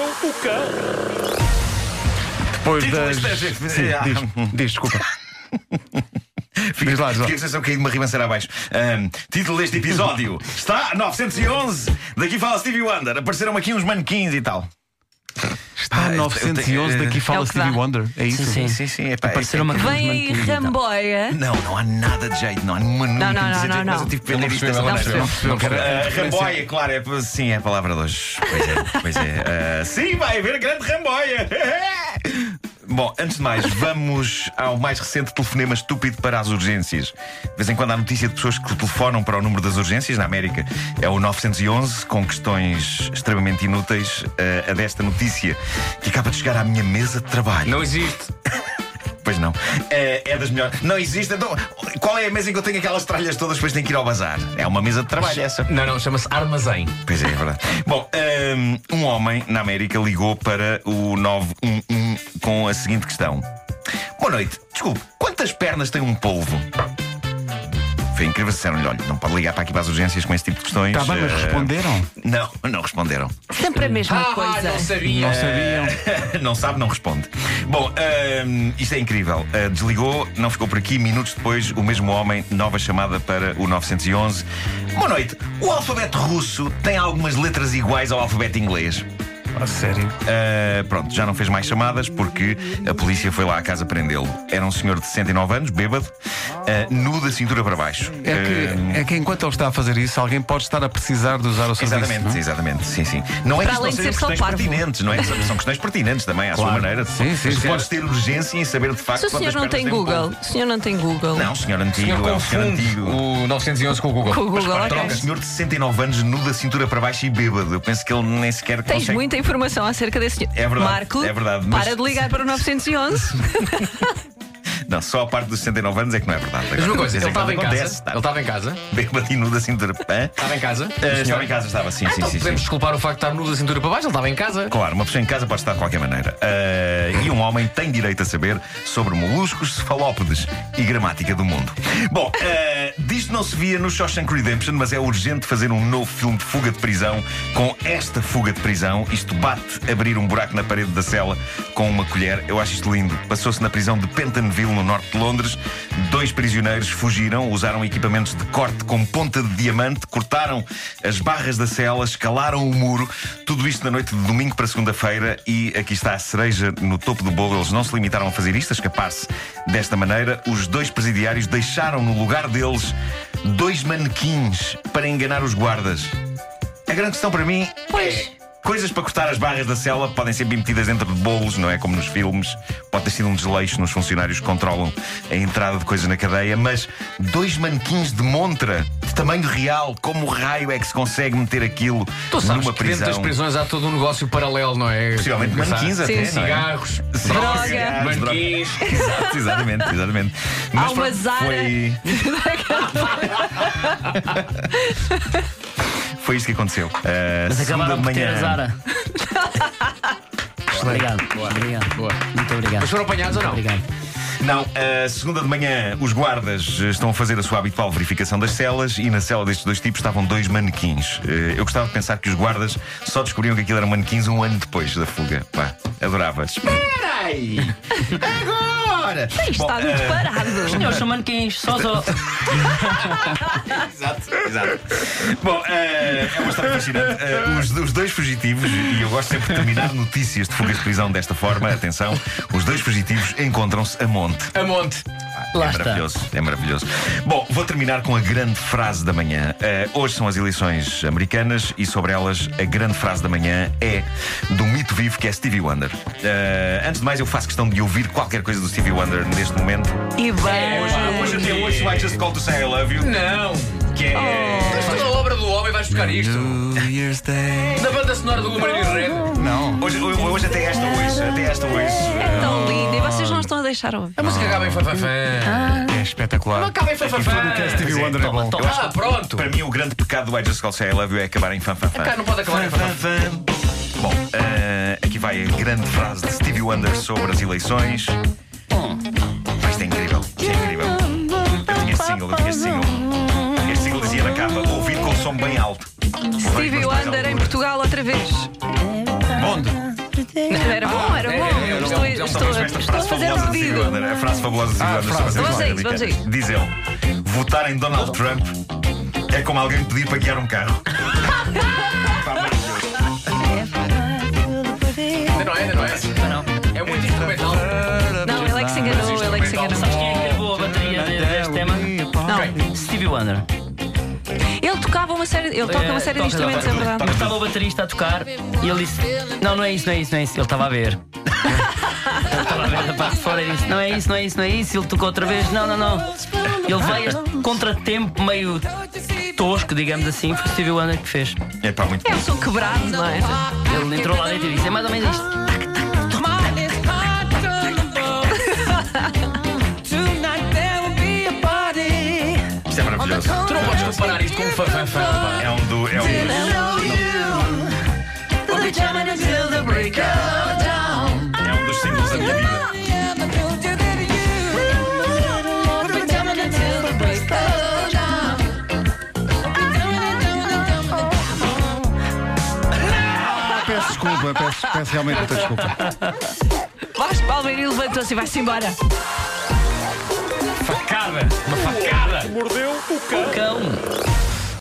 Nunca! Depois Título das. este- este- Sim, Ah. diz, diz, desculpa. Diz lá, diz lá. Fiquei com a sensação que caí de uma ribanceira abaixo. Ahm, título deste episódio está 911. Daqui fala Stevie Wonder. Apareceram aqui uns manequins e tal. Está Ah, a eu- eu 911, tenho- daqui É fala o que dá. Stevie Wonder. É isso? Sim. Sim, sim, é pá, Apareceram uma Vem aí Ramboia. Não, não há nada de jeito, não há nenhuma não, nunca de não, jeito, não, mas não. eu tive que Não vender isto percebeu, dessa não maneira. percebeu, não percebeu, Ah, que era a Ramboia, claro, é, sim, é a palavra de hoje. Pois é, pois é. Ah, sim, vai haver grande Ramboia! Bom, antes de mais, vamos ao mais recente telefonema estúpido para as urgências. De vez em quando há notícia de pessoas que telefonam para o número das urgências, na América é o 911, com questões extremamente inúteis. ah, a desta notícia que acaba de chegar à minha mesa de trabalho. Não existe. Pois não. É, é das melhores. Não existe. Então, qual é a mesa em que eu tenho aquelas tralhas todas, depois tenho que ir ao bazar? É uma mesa de trabalho essa. Não, não, chama-se armazém. Pois é, é verdade. Bom, hum, um homem na América ligou para o 911 com a seguinte questão: Boa noite. Desculpe, quantas pernas tem um polvo? Foi incrível, disseram-lhe: olha, não pode ligar para aqui para as urgências com esse tipo de questões. Está Tá bem, mas Eh, responderam. Não, não responderam. Sempre a Ah, mesma coisa. Ah, não sabia. Não sabiam. não sabe, não responde. Bom, hum, isto é incrível. Uh, desligou, não ficou por aqui. Minutos depois, o mesmo homem, nova chamada para o 911. Boa noite. O alfabeto russo tem algumas letras iguais ao alfabeto inglês. A sério. Uh, pronto, já não fez mais chamadas porque a polícia foi lá à casa prendê-lo. Era um senhor de 69 anos, bêbado, uh, nu da cintura para baixo. É Uh, que, é que enquanto ele está a fazer isso, alguém pode estar a precisar de usar o serviço. Exatamente, não é? exatamente, sim, sim. Não é que isto não Para além sejam de ser só questões parvo. pertinentes, não é? São são questões pertinentes também, à sua Claro. maneira. Sim, sim, Mas sim. podes ter urgência em saber de facto Se o senhor quantas não tem pernas um Google, povo. o senhor não tem Google. Não, senhor antigo, Senhor é um senhor confunde antigo. o 911 com o Google. Com o Google, Mas, ok. troca, senhor de 69 anos, nu da cintura para baixo e bêbado. Eu penso que ele nem sequer Tens consegue. muita informação acerca desse senhor. É verdade, Marco, é verdade, mas- para de ligar para o 911. Não, só a parte dos 69 anos é que não é verdade. Mas uma Agora, coisa, isso ele é que estava em acontece, casa. Ele estava em casa. Bêbado e nu da cintura. Hã? Estava em casa. Ah, estava em casa, estava, sim, sim, Eh, Então sim. sim. podemos desculpar o facto de estar nu da cintura para baixo, ele estava em casa. Claro, uma pessoa em casa pode estar de qualquer maneira. Ah, e um homem tem direito a saber sobre moluscos, cefalópodes e gramática do mundo. Bom, ah, disto não se via no Shawshank Redemption, mas é urgente fazer um novo filme de fuga de prisão com esta fuga de prisão. Isto bate abrir um buraco na parede da cela com uma colher. Eu acho isto lindo. Passou-se na prisão de Pentonville, no norte de Londres. Dois prisioneiros fugiram, usaram equipamentos de corte com ponta de diamante, cortaram as barras da cela, escalaram o muro. Tudo isto na noite de domingo para segunda-feira. E aqui está a cereja no topo do bolo. Eles não se limitaram a fazer isto, a escapar-se desta maneira. Os dois presidiários deixaram no lugar deles dois manequins para enganar os guardas. A grande questão para mim Pois. é. Coisas para cortar as barras da cela podem ser bem metidas dentro de bolos, não é? Como nos filmes. Pode ter sido um desleixo nos funcionários que controlam a entrada de coisas na cadeia, mas dois manequins de montra de tamanho real, como raio é que se consegue meter aquilo Tu sabes numa que dentro prisão? das prisões há todo um negócio paralelo, não é? Possivelmente Sabe? manequins até, Sim. não é? Cigarros, Sim. drogas, Droga. manequins. Exato, exatamente, exatamente. Mas Há uma pronto, Zara. Foi... foi isto que aconteceu. Ah, Mas segunda acabaram por ter manhã. a Zara. obrigado. obrigado. Boa. Muito obrigado. Mas foram apanhados ou não? Obrigado. Não, a segunda de manhã os guardas eh, estão a fazer a sua habitual verificação das celas e na cela destes dois tipos estavam dois manequins. Eh, Eu gostava de pensar que os guardas só descobriam que aquilo eram manequins um ano depois da fuga. Pá, adorava. Espera aí! Agora! Bom, Está muito eh, parado. Senhores, são manequins. Só, só. Exato, exato. Bom, eh, é uma história fascinante. Eh, os, os dois fugitivos, e eu gosto sempre de terminar notícias de fugas de prisão desta forma, atenção, os dois fugitivos encontram-se a monte. A monte. Lá é está. maravilhoso, é maravilhoso. Bom, vou terminar com a grande frase da manhã. Eh, hoje são as eleições americanas e sobre elas a grande frase da manhã é do mito vivo que é Stevie Wonder. Eh, antes de mais, eu faço questão de ouvir qualquer coisa do Stevie Wonder neste momento. E Ah, bem. hoje até hoje, I Just Call to Say I Love You, Não. que é. Mas toda a obra do homem vais buscar isto. New Year's Day. Na banda sonora do Marino Red. Não. Hoje, hoje, hoje até esta hoje, até esta hoje. É tão lindo. E vocês não estão a deixar ouvir. É A música acaba em fafafã. É espetacular. Acaba em fafafã. Stevie Pois é, Wonder é toma, bom. toma. Eu acho que- pronto. Para mim, o grande pecado do I Just Call Say I Love You é acabar em fanfan. Cá não pode acabar em fafafã. Bom, eh, aqui vai a grande frase de Stevie Wonder sobre as eleições. Pá, Isto é incrível, isto é incrível. Eu tinha este single, eu tinha este single. Este single dizia na capa, ouvir com som bem alto. Stevie Wonder em Portugal outra vez. Onde? então Estou- talvez esta estou a frase fazer fabulosa de ouvido. Cigana. A frase fabulosa de Cigana Ah, sobre frase. as Vamos a eleições isso, vamos a americanas. Diz ele: votar em Donald Trump é como alguém pedir para guiar um carro. Pá, maravilhoso. Ainda não é, ainda não é. É muito instrumental. Não, ele é que se enganou, ele é que se enganou. Sabes quem é que gravou a bateria de- deste tema? Não. Stevie Wonder. Tá. Ele tocava uma série, ele toca uma Eh, série de toca, instrumentos, é toca, verdade. Mas estava o baterista a tocar e ele disse: Não, não é isso, não é isso, não é isso. Ele estava a ver. Ele estava a ver da parte de fora e disse: Não é isso, não é isso, não é isso. Ele tocou outra vez: Não, não, não. Ele veio a este contratempo meio tosco, digamos assim. Foi o Stevie Wonder que fez. É pá, muito É um som quebrado, não é? Ele entrou lá dentro e disse: É mais ou menos isto. Isto é maravilhoso. Tu não podes comparar isto com um fafafã. É um do. É um, é um dos símbolos da minha vida. Peço desculpa, peço, peço realmente muita desculpa. Vasco Palmeirinho levantou-se e vai-se embora. Facada! Uma facada! Um Cão.